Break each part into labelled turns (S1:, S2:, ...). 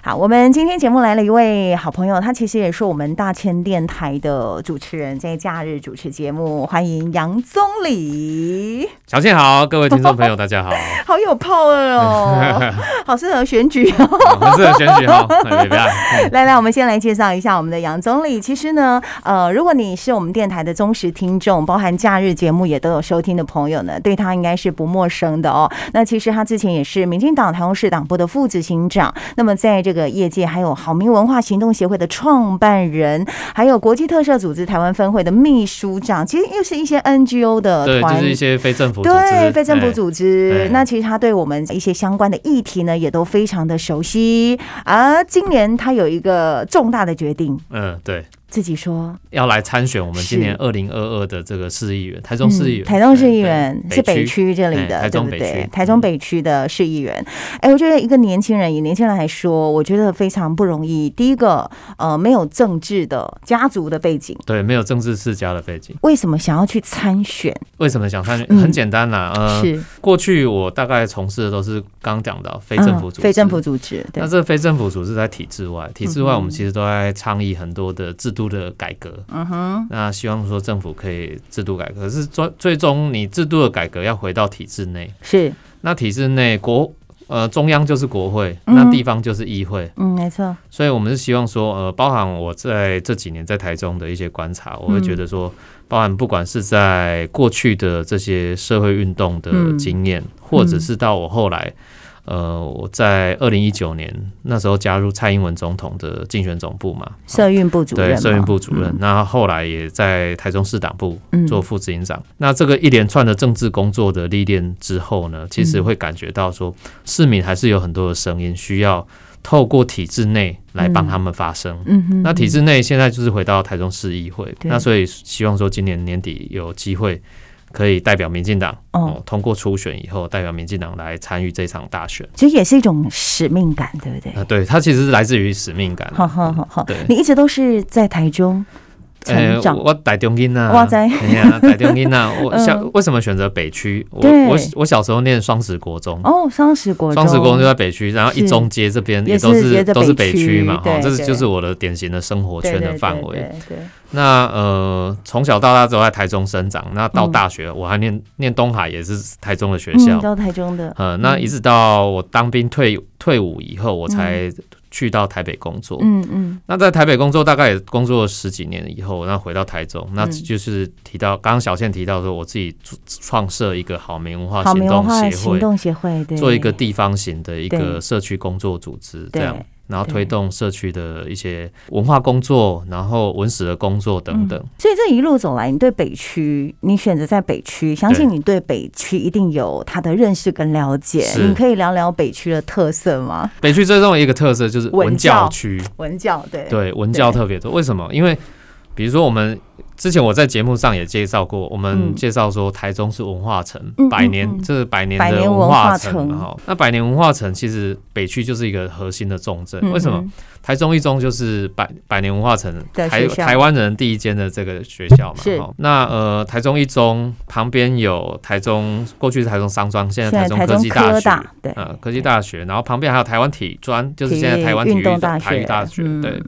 S1: 好，我们今天节目来了一位好朋友，他其实也是我们大千电台的主持人，在假日主持节目，欢迎杨宗理，
S2: 小倩好，各位听众朋友大家好，
S1: 好有 power 哦，好适合选举哦。
S2: 我是选举哈，哎 没办法
S1: 来来，我们先来介绍一下我们的杨总理。其实呢，呃，如果你是我们电台的忠实听众，包含假日节目也都有收听的朋友呢，对他应该是不陌生的哦。那其实他之前也是民进党台中市党部的副执行长，那么在这个业界还有好民文化行动协会的创办人，还有国际特赦组织台湾分会的秘书长，其实又是一些 NGO 的
S2: 对，
S1: 呃团
S2: 就是一些非政府组织，
S1: 对非政府
S2: 哎
S1: 组织，
S2: 哎
S1: 那其实他对我们一些相关的议题呢，也都非常的熟悉。而今年他有一个重大的决定，
S2: 嗯，对，
S1: 自己说，
S2: 要来参选我们今年
S1: 是
S2: 二零二二的这个市议员，台中市议
S1: 嗯
S2: 员，
S1: 台中市
S2: 对
S1: 议员
S2: 对
S1: 是北区这里
S2: 哎
S1: 的，
S2: 台
S1: 对
S2: 中
S1: 不
S2: 北
S1: 对
S2: 区？嗯
S1: 台中北区的市议员，哎，我觉得一个年轻人，以年轻人来说，我觉得非常不容易。第一个，呃，没有政治的家族的背景，
S2: 对，没有政治世家的背景，
S1: 为什么想要去参选？
S2: 为什么想参选？
S1: 嗯
S2: 很简单啦，呃，
S1: 是
S2: 过去我大概从事的都是刚讲到非政府
S1: 嗯
S2: 组织，
S1: 非政府组织，对
S2: 那，这个非政府组织在体制外，体制
S1: 嗯
S2: 外
S1: 哼
S2: 我们其实都在倡议很多的制度的改革。嗯哼，那希望说政府可以制度改革，可是最最终你制度的改革要回到体制内。
S1: 是，
S2: 那体制内国呃中央就是国会，
S1: 嗯
S2: 那地方就是议会，
S1: 嗯，没错，
S2: 所以我们是希望说呃，包含我在这几年在台中的一些观
S1: 嗯
S2: 察，我会觉得说，包含不管是在过去的这些社会运动的
S1: 嗯
S2: 经验，或者是到我后来。呃，我在二零一九年那时候加入蔡英文总统的竞选总部嘛，
S1: 社运部主任
S2: 对，
S1: 嘛，
S2: 社运部主任。那后来也在台中市党部
S1: 嗯
S2: 做副执行长。那这个一连串的政治工作的历练之后呢，其
S1: 嗯
S2: 实会感觉到说，市民还是有很多的声音需要透过体制内来帮他们发声。
S1: 嗯哼，
S2: 那体制内现在就是回到台中市议会，
S1: 对
S2: 那所以希望说今年年底有机会可以代表民进党
S1: 哦，
S2: 通过初选以后，代表民进党来参与这场大选。
S1: 其实也是一种使命感，对不对
S2: 啊、？对，它其实是来自于使命感啊。
S1: 好好好好
S2: 对，
S1: 你一直都是在台中成长
S2: 呃、，我台中音呐、
S1: 我知
S2: 哎呀，台中音呐、 我小、
S1: 嗯
S2: 为什么选择北区？我
S1: 对
S2: 我我小时候念双十国中。
S1: 哦，双十国
S2: 双十国中就在
S1: 中
S2: 北区，然后
S1: 是
S2: 一中街这边
S1: 也
S2: 都
S1: 是也在
S2: 都是
S1: 北
S2: 北
S1: 区
S2: 区嘛，哈
S1: 对，
S2: 这是
S1: 对
S2: 就是我的典型的生活圈的范围。
S1: 对对对对
S2: 那呃，从小到大都在台中生长，那到
S1: 嗯
S2: 大学、我还念念东海，也是台中的学
S1: 对，
S2: 校
S1: 嗯，，到嗯台中的，
S2: 呃，那一直到我当兵退退伍以后，我才去到台北工作。
S1: 嗯嗯
S2: 那在台北工作大概也工作了十几年以后，那回到台中，
S1: 嗯
S2: 那就是提到刚刚小倩提到说，我自己创创设一个好民文化
S1: 好
S2: 行
S1: 民文
S2: 动
S1: 化
S2: 协
S1: 行
S2: 会，
S1: 动协会，对，
S2: 做一个地方型的一
S1: 对
S2: 个社区工作组织这
S1: 对
S2: 样。然后推动社区的一些文化工作，然后文史的工作等等。
S1: 嗯所以这一路走来，你对北区，你选择在北区，相信你对北区一定有他的认识跟了解。
S2: 是
S1: 你可以聊聊北区的特色吗？
S2: 北区最重要的一个特色就是
S1: 文
S2: 文
S1: 教
S2: 教区，
S1: 文教，对，
S2: 对文教特别多。为什么？因为比如说我们之前我在节目上也介绍过，我们
S1: 嗯
S2: 介绍说台中是文化城，
S1: 嗯
S2: 百
S1: 嗯嗯
S2: 年这是百年
S1: 百
S2: 的
S1: 年
S2: 文
S1: 文化
S2: 化城
S1: 城
S2: 嘛哈。那百年文化城其实北区就是一个核心的重镇，
S1: 嗯
S2: 为什么？
S1: 嗯
S2: 台中一中就是百百年文化城
S1: 的
S2: 台
S1: 学校
S2: 台湾人第一间的这个学校嘛。
S1: 是
S2: 哈那呃，台中一中旁边有台中，过去是台中商专，现
S1: 现
S2: 在
S1: 在
S2: 台中
S1: 台
S2: 科
S1: 中
S2: 技大
S1: 科
S2: 学。
S1: 大，对，
S2: 呃，科技大学，然后旁边还有台湾体专，就是现在台湾体
S1: 运
S2: 育
S1: 动
S2: 的
S1: 大
S2: 台
S1: 学，
S2: 育大学，
S1: 嗯
S2: 对，。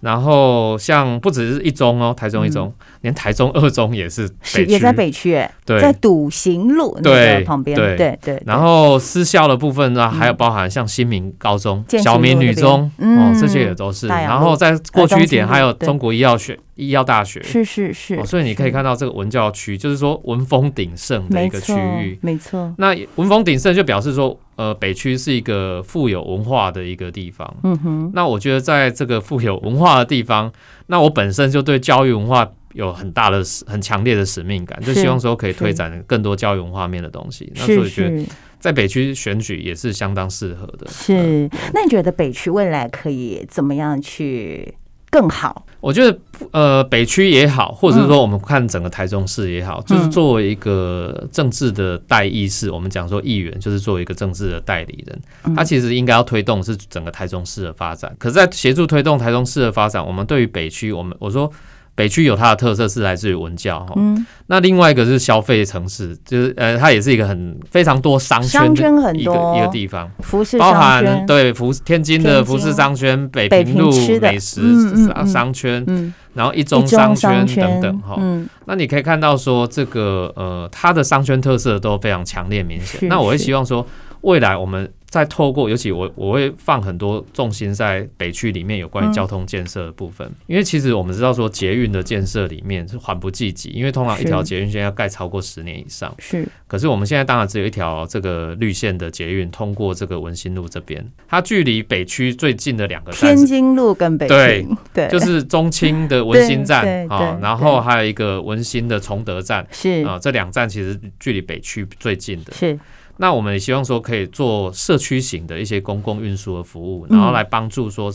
S2: 然后像不只是一中哦，台中一中，连台中二中也是
S1: 嗯是
S2: 北
S1: 也
S2: 区，
S1: 在北区，哎在
S2: 对。
S1: 笃行路那个
S2: 对
S1: 旁边，对
S2: 对
S1: 对。对
S2: 然后私校的部分呢，啊还有
S1: 嗯
S2: 包含像新民高中、
S1: 建
S2: 小
S1: 筑路
S2: 民
S1: 那
S2: 女
S1: 边
S2: 中，哦
S1: 嗯，
S2: 这些也都是。
S1: 大雅
S2: 然
S1: 路呃
S2: 后再过去一点，
S1: 中心路
S2: 还有
S1: 对
S2: 中国医药学、医药大学。
S1: 是是是、
S2: 哦，所以你可以看到这个文教区，就是说文风鼎盛的一
S1: 没
S2: 个
S1: 错
S2: 区域。
S1: 没错，
S2: 那文风鼎盛就表示说，呃，北区是一个富有文化的一个地方。
S1: 嗯哼，
S2: 那我觉得在这个富有文化的地方，那我本身就对教育文化有很大的、很强烈的使命感，就是希望说可以
S1: 是
S2: 推展更多教育文化面的东西。那所以
S1: 是
S2: 我觉得
S1: 是
S2: 在北区选举也是相当适合的。嗯
S1: 是。那你觉得北区未来可以怎么样去更好？
S2: 我觉得呃，北区也好，或者是说我们看整个台中市也
S1: 嗯
S2: 好，就是作为一个政治的代议士，我们讲说议员就是作为一个政治的代理人，
S1: 嗯
S2: 他其实应该要推动是整个台中市的发展。可是，在协助推动台中市的发展，我们对于北区，我们我说。北区有它的特色是来自于文教哈、
S1: 嗯，
S2: 那另外一个是消费城市，就是呃，它也是一个很非常多商圈
S1: 商圈
S2: 的
S1: 很
S2: 一个
S1: 多
S2: 一个地方，
S1: 服饰
S2: 包
S1: 商
S2: 含
S1: 圈，
S2: 对服天津的
S1: 天津
S2: 服饰商圈、北
S1: 北
S2: 平
S1: 平
S2: 路
S1: 吃的
S2: 美食
S1: 嗯嗯
S2: 商
S1: 嗯
S2: 商圈，
S1: 嗯，
S2: 然后一
S1: 一
S2: 中商圈等等哈。
S1: 嗯，
S2: 那你可以看到说这个呃，它的商圈特色都非常强烈明
S1: 是
S2: 显。那我会
S1: 是
S2: 希望说，未来我们再透过，尤其我我会放很多重心在北区里面有关
S1: 嗯
S2: 于交通建设的部分，因为其实我们知道说捷运的建设里面是缓不济急，因为通常一
S1: 是
S2: 条捷运线要盖超过十年以上。
S1: 是
S2: 可是我们现在当然只有一条这个绿线的捷运通过这个文心路这边，它距离北区最近的两个站
S1: 天
S2: 是
S1: 津路跟北
S2: 对
S1: 平，对，
S2: 就是中清的文心
S1: 对
S2: 站
S1: 对
S2: 啊
S1: 对，
S2: 然后还有一个文心的崇德站
S1: 是
S2: 啊，这两站其实距离北区最近的。
S1: 是
S2: 那我们也希望说可以做社区型的一些公共运输的服务，
S1: 嗯
S2: 然后来帮助说。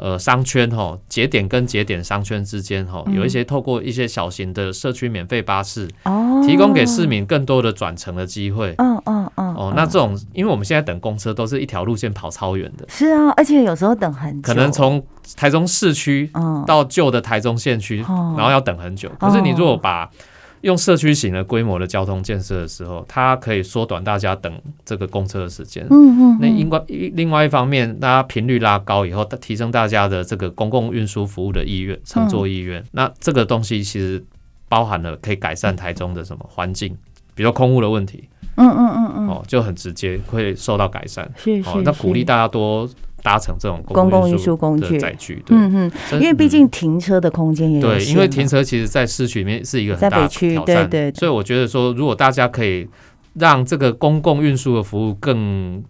S2: 呃，商圈吼，节点跟节点商圈之间吼，
S1: 嗯
S2: 有一些透过一些小型的社区免费巴士，
S1: 哦，
S2: 提供给市，民更多的转乘的机会。
S1: 嗯嗯嗯，嗯，
S2: 哦那这种，因为我们现在等公车都是一条路线跑超远的，
S1: 是啊，而且有时候等很久，
S2: 可能从台中市区
S1: 嗯
S2: 到旧的台中县区，
S1: 哦
S2: 然后要等很久。可是你如果把用社区型的规模的交通建设的时候，它可以缩短大家等这个公车的时间。
S1: 嗯嗯，
S2: 那
S1: 嗯
S2: 另外一另外一方面，大家频率拉高以后，提升大家的这个公共运输服务的意愿、乘
S1: 嗯
S2: 坐意愿。那这个东西其实包含了可以改善台中的什么环境，比如空污的问题
S1: 嗯嗯嗯嗯，
S2: 哦，就很直接会受到改善。
S1: 是
S2: 哦
S1: 是，，
S2: 那鼓励
S1: 是
S2: 大家多搭乘这种
S1: 公共
S2: 运
S1: 运输工具
S2: 的载具，对，
S1: 嗯嗯，
S2: 真
S1: 因为毕
S2: 嗯
S1: 竟停车的空间也有
S2: 对，
S1: 限
S2: 因为
S1: 嘛
S2: 停车其实，在市区里面是一个
S1: 在
S2: 很大
S1: 北
S2: 的
S1: 区
S2: 挑
S1: 对
S2: 战，
S1: 对对
S2: 所以我觉得说，如果大家可以让这个公共运输的服务更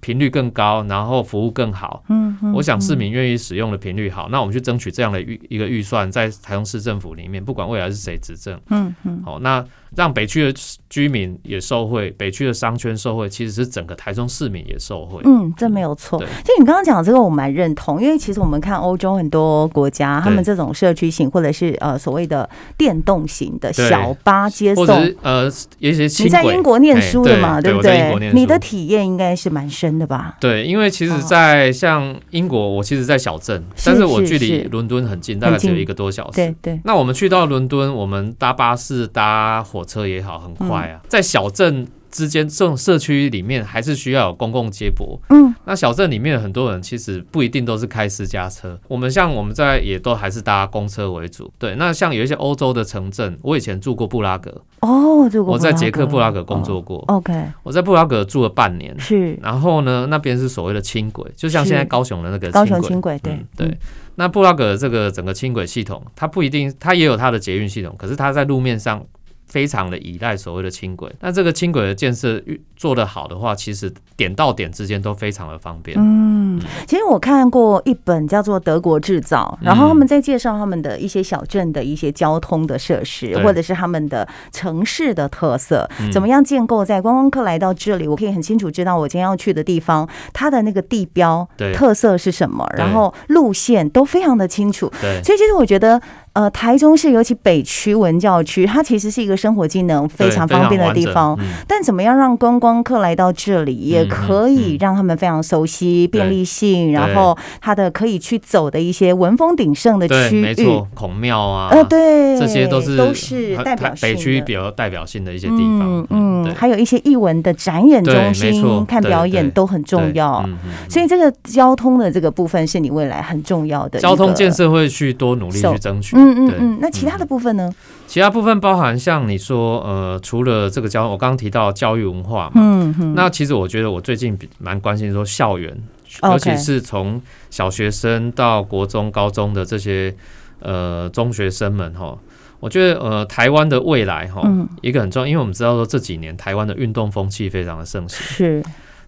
S2: 频率更高，然后服务更好，
S1: 嗯嗯，
S2: 我想
S1: 嗯
S2: 市民愿意使用的频率好，那我们去争取这样的预一个预算，在台中市政府里面，不管未来是谁执政，
S1: 嗯嗯
S2: 好、那让北区的居民也受惠，北区的商圈受惠，其实是整个台中市民也受惠。
S1: 嗯，这没有错。
S2: 对
S1: 就你刚刚讲这个，我蛮认同，因为其实我们看欧洲很多国家，他们这种社区型或者是呃所谓的电动型的
S2: 对
S1: 小巴接
S2: 或
S1: 送。
S2: 者是呃，一些轻轨。
S1: 你在英国念书的嘛，
S2: 哎
S1: 对
S2: 对
S1: 不
S2: 我在英
S1: 对？
S2: 国念书
S1: 你的体验应该是蛮深的吧？
S2: 对，因为其
S1: 哦
S2: 实，在像英国，我其实，在小镇，
S1: 是
S2: 但是我距
S1: 是
S2: 离
S1: 是
S2: 伦敦很近，大概只有一个多小
S1: 对
S2: 时。
S1: 对，
S2: 那我们去到伦敦，我们搭巴士、搭火车也好，很快
S1: 嗯
S2: 啊。在小镇之间，这种社区里面还是需要有公共接驳。
S1: 嗯，
S2: 那小镇里面很多人其实不一定都是开私家车，我们像我们在也都还是搭公车为主。对，那像有一些欧洲的城镇，我以前住过布拉格，
S1: 哦，这个
S2: 我在捷克布拉格工
S1: 哦
S2: 作过，嗯
S1: ，OK，
S2: 我在布拉格住了半年。
S1: 是
S2: 然后呢，那边是所谓的轻轨，就像
S1: 是
S2: 现在高雄的那个
S1: 高雄轻
S2: 轻
S1: 轨，
S2: 轨，
S1: 对、
S2: 嗯
S1: 嗯
S2: 对。那布拉格这个整个轻轨系统，它不一定，它也有它的捷运系统，可是它在路面上非常的依赖所谓的轻轨。那这个轻轨的建设做得好的话，其实点到点之间都非常的方便。
S1: 嗯，其实我看过一本叫做《德国制造》，
S2: 嗯
S1: 然后他们在介绍他们的一些小镇的一些交通的设施，
S2: 对
S1: 或者是他们的城市的特色，
S2: 嗯
S1: 怎么样建构在观光客来到这里，我可以很清楚知道我今天要去的地方，它的那个地标
S2: 对
S1: 特色是什么，
S2: 对
S1: 然后路线都非常的清楚。
S2: 对
S1: 所以其实我觉得，呃，台中市尤其北区文教区，它其实是一个生活技能非
S2: 对
S1: 常方便的地方。
S2: 非常完整嗯
S1: 但怎么样让观光客来到这里，也可
S2: 嗯
S1: 以让他们非常熟悉、便利性，然后它的可以去走的一些文风鼎盛的
S2: 对，
S1: 区
S2: 没
S1: 域
S2: 错，，孔庙啊，
S1: 呃，对，
S2: 这些都是
S1: 都是
S2: 很
S1: 代表
S2: 台
S1: 性
S2: 北区
S1: 的
S2: 比较有代表性的一些地
S1: 嗯
S2: 方。
S1: 嗯，
S2: 对
S1: 还有一些艺文的展演中
S2: 对没错
S1: 心、看
S2: 对
S1: 表演
S2: 对
S1: 都很重
S2: 对
S1: 要。
S2: 嗯嗯嗯
S1: 所以这个交通的这个部分是你未来很重要的一
S2: 交通
S1: 个
S2: 建。设会去多努力
S1: So，
S2: 去争取。
S1: 嗯嗯
S2: 对
S1: 嗯，那其他的部分呢？
S2: 其他部分包含像你说，呃，除了这个教，我刚刚提到教育文化嘛，
S1: 嗯嗯，
S2: 那其实我觉得我最近比蛮关心说校园
S1: OK
S2: 尤其是从小学生到国中、高中的这些呃中学生们哈，我觉得呃台湾的未来哈
S1: 嗯，
S2: 一个很重要，因为我们知道说这几年台湾的运动风气非常的盛行，
S1: 是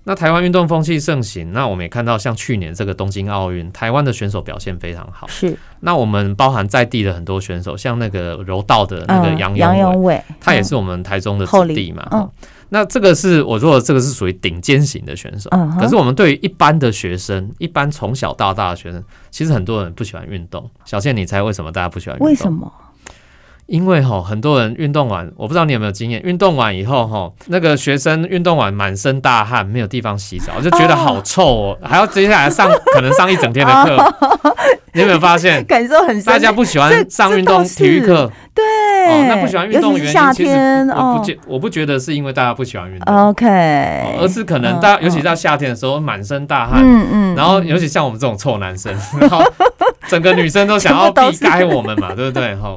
S2: 那台湾运动风气盛行，那我们也看到像去年这个东京奥运，台湾的选手表现非常好。
S1: 是
S2: 那我们包含在地的很多选手，像那个柔道的那个
S1: 嗯
S2: 杨
S1: 杨
S2: 永伟。
S1: 永伟，
S2: 他也
S1: 嗯
S2: 是我们台中的
S1: 后
S2: 子
S1: 里
S2: 弟嘛。
S1: 嗯
S2: 哈那这个是我说的，这个是属于顶尖型的选手。
S1: 嗯哼
S2: 可是我们对于一般的学生，一般从小到大的学生，其实很多人不喜欢运动。小倩，你猜为什么大家不喜欢运动？
S1: 为什？么？
S2: 因为哈、很多人运动完，我不知道你有没有经验，运动完以后哈、那个学生运动完满身大汗，没有地方洗澡，就觉得好臭哦，还要接下 来上可能上一整天的课，你有没有发现？
S1: 感受很深
S2: 大。家不喜
S1: 这
S2: 欢上运动
S1: 这倒是
S2: 体育课，
S1: 对、
S2: 哦，那不喜欢运动的
S1: 尤其
S2: 原
S1: 是
S2: 因，
S1: 夏
S2: 其实
S1: 天
S2: 我
S1: 哦哎
S2: 不。觉我不觉得是因为大家不喜欢运动，
S1: OK，
S2: 哦而是可能大，尤其到夏天的时候，满身大汗，
S1: 嗯嗯，
S2: 然后尤其像我们这种臭男生， 然后整个女生都 想要避开我们嘛，对不对？哈，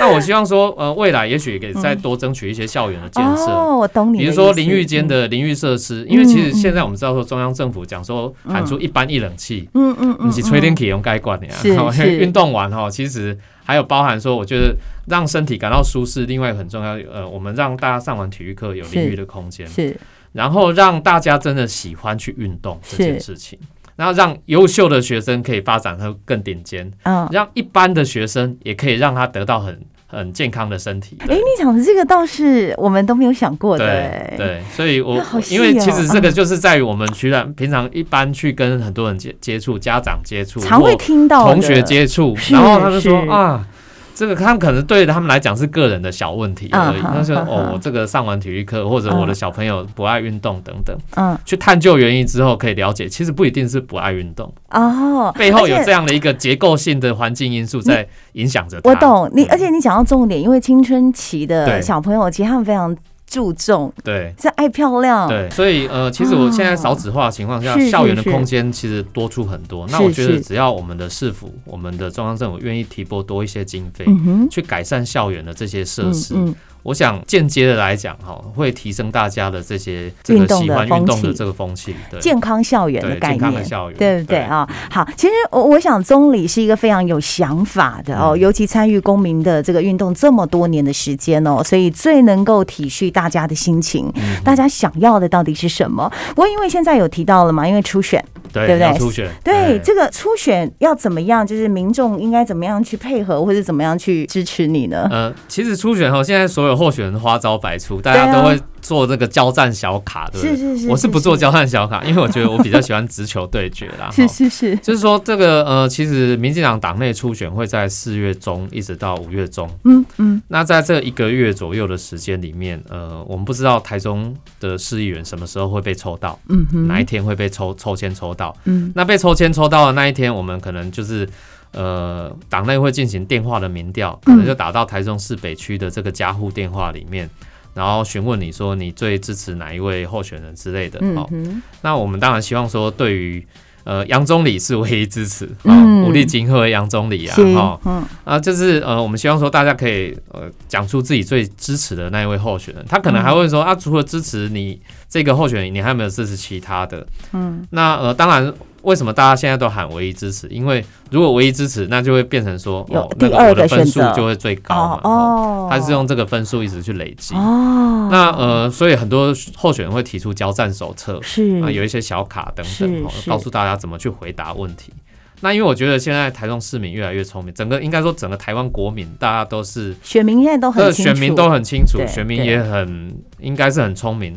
S2: 那我希望说，呃，未来也许可以再多争取一些校园的建设。
S1: 哦，我懂你的
S2: 比
S1: 意思。嗯
S2: 如说淋浴间的淋浴设施，因为其实现在我们知道说中央政府讲说喊出一般一冷气，
S1: 嗯，嗯嗯
S2: 你
S1: 嗯，
S2: 是吹天体用该管的呀啊
S1: 是。是
S2: 运动完哈，其实还有包含说，我觉得让身体感到舒适，另外很重要，呃，我们让大家上完体育课有淋浴的空间
S1: 嗯，是
S2: 然后让大家真的喜欢去运动这件事情，然后让优秀的学生可以发展到更顶尖，
S1: 嗯。
S2: 让一般的学生也可以让他得到很很健康的身体。
S1: 哎，你讲的这个倒是我们都没有想过的，
S2: 对
S1: 哎，
S2: 对，所以我、
S1: 那好细哦
S2: 因为其实这个就是在于我们居然平常一般去跟很多人接接触、家长接触、
S1: 常会
S2: 或
S1: 听到的
S2: 同学接触，
S1: 是
S2: 然后他就说
S1: 是
S2: 啊。这个他们可能对他们来讲是个人的小问题而已，
S1: 嗯哼
S2: 他说
S1: 嗯哼
S2: 哦，我这个上完体育课或者我的
S1: 嗯
S2: 小朋友不爱运动等等，
S1: 嗯
S2: 去探究原因之后，可以了解，其实不一定是不爱运 动，
S1: 哦，
S2: 背后有
S1: 而且
S2: 这样的一个结构性的环境因素在影响着他。
S1: 我懂你，
S2: 嗯
S1: 而且你讲到重点，因为青春期的
S2: 对
S1: 小朋友其实他们非常注重
S2: 对
S1: 是爱漂亮，
S2: 对，所以呃，其实我现在少子化的情况
S1: 嗯
S2: 下，
S1: 哦是是
S2: 校园的
S1: 是
S2: 空间其实多出很多。那
S1: 是
S2: 我觉得
S1: 是
S2: 只要我们的市府、我们的中央政府愿意提拨多一些经费，
S1: 嗯哼，
S2: 去改善校园的这些设
S1: 嗯
S2: 施，
S1: 嗯，
S2: 我想间接的来讲哈，会提升大家的这些这个
S1: 运动的
S2: 喜欢运动
S1: 风
S2: 的
S1: 气
S2: 这个风气，对
S1: 健康校园的
S2: 对
S1: 概
S2: 健康的
S1: 念。
S2: 校园，
S1: 对不对啊？好，其实我我想钟理是一个非常有想法的哦，
S2: 嗯
S1: 尤其参与公民的这个运动这么多年的时间哦，所以最能够体恤大家的心情，
S2: 嗯
S1: 大家想要的到底是什么？不过因为现在有提到了嘛，因为初选，
S2: 对
S1: 对不对
S2: 要初选，
S1: 对这个初选要怎么样，就是民众应该怎么样去配合，或者怎么样去支持你呢？
S2: 呃，其实初选后，现在所有候选人花招百出，大
S1: 对啊
S2: 家都会做这个交战小卡，对不
S1: 是
S2: 对？
S1: 是是
S2: 呃我
S1: 是
S2: 是不做
S1: 是
S2: 交战小卡，因为我觉得我比较喜欢直球对决 啦。
S1: 是
S2: 哈
S1: 是是，
S2: 就是说，这个呃，其实民进党党内初选会在四月中一直到五月中。
S1: 嗯嗯，
S2: 那在这一个月左右的时间里面，呃，我们不知道台中的市议员什么时候会被抽到，
S1: 嗯哼，
S2: 哪一天会被抽抽签抽到。
S1: 嗯
S2: 那被抽签抽到的那一天，我们可能就是呃，党内会进行电话的民调，
S1: 嗯
S2: 可能就打到台中市北区的这个家户电话里面，然后询问你说你最支持哪一位候选人之类的。
S1: 嗯
S2: 哦，
S1: 哼，
S2: 那我们当然希望说对于。呃，杨总理是唯一支持啊，
S1: 嗯
S2: 吴立金和杨总理啊，
S1: 行
S2: 哦，
S1: 嗯
S2: 啊，就是呃，我们希望说大家可以呃讲出自己最支持的那一位候选人，他可能还会说、啊，除了支持你这个候选人，你还有没有支持其他的？
S1: 嗯，
S2: 那呃，当然，为什么大家现在都喊唯一支持？因为如果唯一支持，那就会变成说，
S1: 有
S2: 哦，
S1: 第
S2: 那个
S1: 二
S2: 我
S1: 个
S2: 的分
S1: 选
S2: 数
S1: 择
S2: 就会最高嘛
S1: 哦。
S2: 哦，
S1: 哦，
S2: 他是用这个分数一直去累积。
S1: 哦，
S2: 那呃，所以很多候选人会提出交战手册，
S1: 是
S2: 啊，有一些小卡等
S1: 嗯是
S2: 等，哦
S1: 是
S2: 告诉大家怎么去回答问题。那因为我觉得现在台中市民越来越聪明，整个应该说整个台湾国民大家都是
S1: 选民现在都
S2: 这
S1: 很清楚，
S2: 呃选民都很清楚
S1: 对，
S2: 选民
S1: 对
S2: 也很应该是很聪明。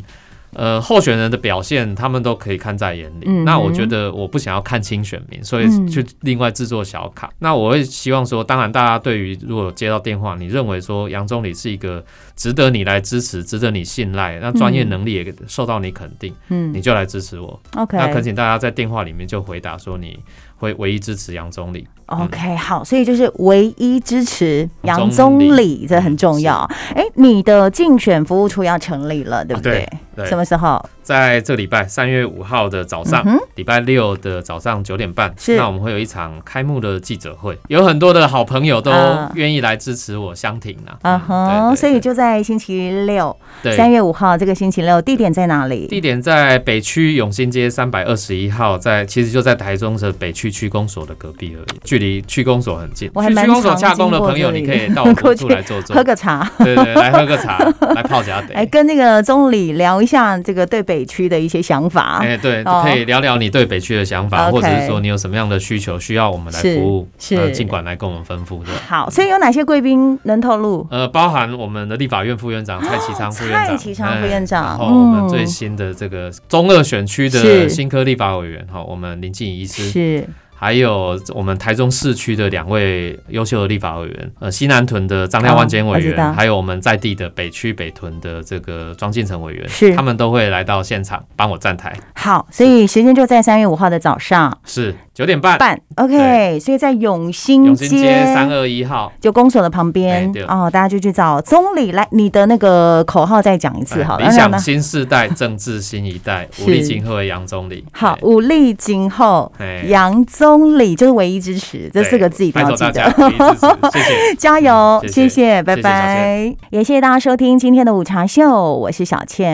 S2: 呃，候选人的表现他们都可以看在眼里。
S1: 嗯哼
S2: 那我觉得我不想要看清选民，所以
S1: 嗯
S2: 去另外制作小卡。那我会希望说，当然大家对于如果有接到电话，你认为说杨总理是一个值得你来支持、值得你信赖，那专业
S1: 嗯
S2: 能力也受到你肯定，你
S1: 嗯
S2: 就来支持我。
S1: ，OK，
S2: 那恳请大家在电话里面就回答说你会唯一支持杨总理。
S1: OK，好，所以就是唯一支持杨
S2: 总理
S1: 总理，这很重要。哎，你的竞选服务处要成立了，对不对？
S2: 嗯啊对
S1: 什，么时候？
S2: 在这礼拜三月五号的早上，礼、拜六的早上九点半，
S1: 是
S2: 那我们会有一场开幕的记者会，有很多的好朋友都
S1: 啊
S2: 愿意来支持我香婷啊，
S1: 嗯哼，所以
S2: 就
S1: 就在星期六，三
S2: 对。
S1: 月五号这个星期六，地点在哪
S2: 地
S1: 里？
S2: 点在北区永兴街三百二十一号，在其实就在台中的北区区公所的隔壁而已，距离区公所很近。
S1: 我还
S2: 去
S1: 蛮
S2: 区公所
S1: 常
S2: 洽公的
S1: 经过
S2: 朋友，
S1: 这里
S2: 你 可以
S1: 过
S2: 到我们处
S1: 去哎
S2: 来坐坐
S1: 喝，个茶，
S2: 对对，来喝个 茶，来泡茶得。
S1: 来跟那个钟理聊一下这个对北区的一些想法。
S2: 哎、对，
S1: 哦
S2: 可以聊聊你对北区的想法
S1: OK
S2: 或者是说你有什么样的需求需要我们来
S1: 是
S2: 服务，
S1: 是
S2: 呃尽管来跟我们吩咐的。
S1: 好，所以有哪些贵宾能透露？
S2: 呃，包含我们的立法院副院长蔡其昌副院长，
S1: 哦蔡其昌副院长
S2: 哎然后我
S1: 嗯
S2: 们最新的这个中二选区的
S1: 是
S2: 新科立法委员哈、我们林静怡医师，
S1: 是
S2: 还有我们台中市区的两位优秀的立法委员，呃，西南屯的张亮万坚
S1: 哦我
S2: 委
S1: 知
S2: 员，
S1: 道
S2: 还有我们在地的北区北屯的这个庄进成委员，
S1: 是
S2: 他们都会来到现场帮我站台，
S1: 好，所以时间就在三月五号的早上
S2: 是九点半，
S1: 半。OK，所以在永兴
S2: 哎永兴街
S1: 街
S2: 三二一号。
S1: 就公所的旁边
S2: 哎对
S1: 哦，大家就去找总理来，你的那个口号再讲一次好了，
S2: 哎理
S1: 让
S2: 想
S1: 他
S2: 新世代， 政治新一代，
S1: 是
S2: 武力金和杨总理。
S1: 好，武力今后。
S2: 哎，哎
S1: 杨总理就是唯一支持，这四个字一定
S2: 拜
S1: 要
S2: 托
S1: 记
S2: 大
S1: 得
S2: 家。鼓励支持，谢 谢。
S1: 加油！
S2: 嗯
S1: 谢
S2: 谢谢
S1: 谢，拜
S2: 谢谢小
S1: 拜！也谢谢大家收听今天的午茶秀，我是小倩。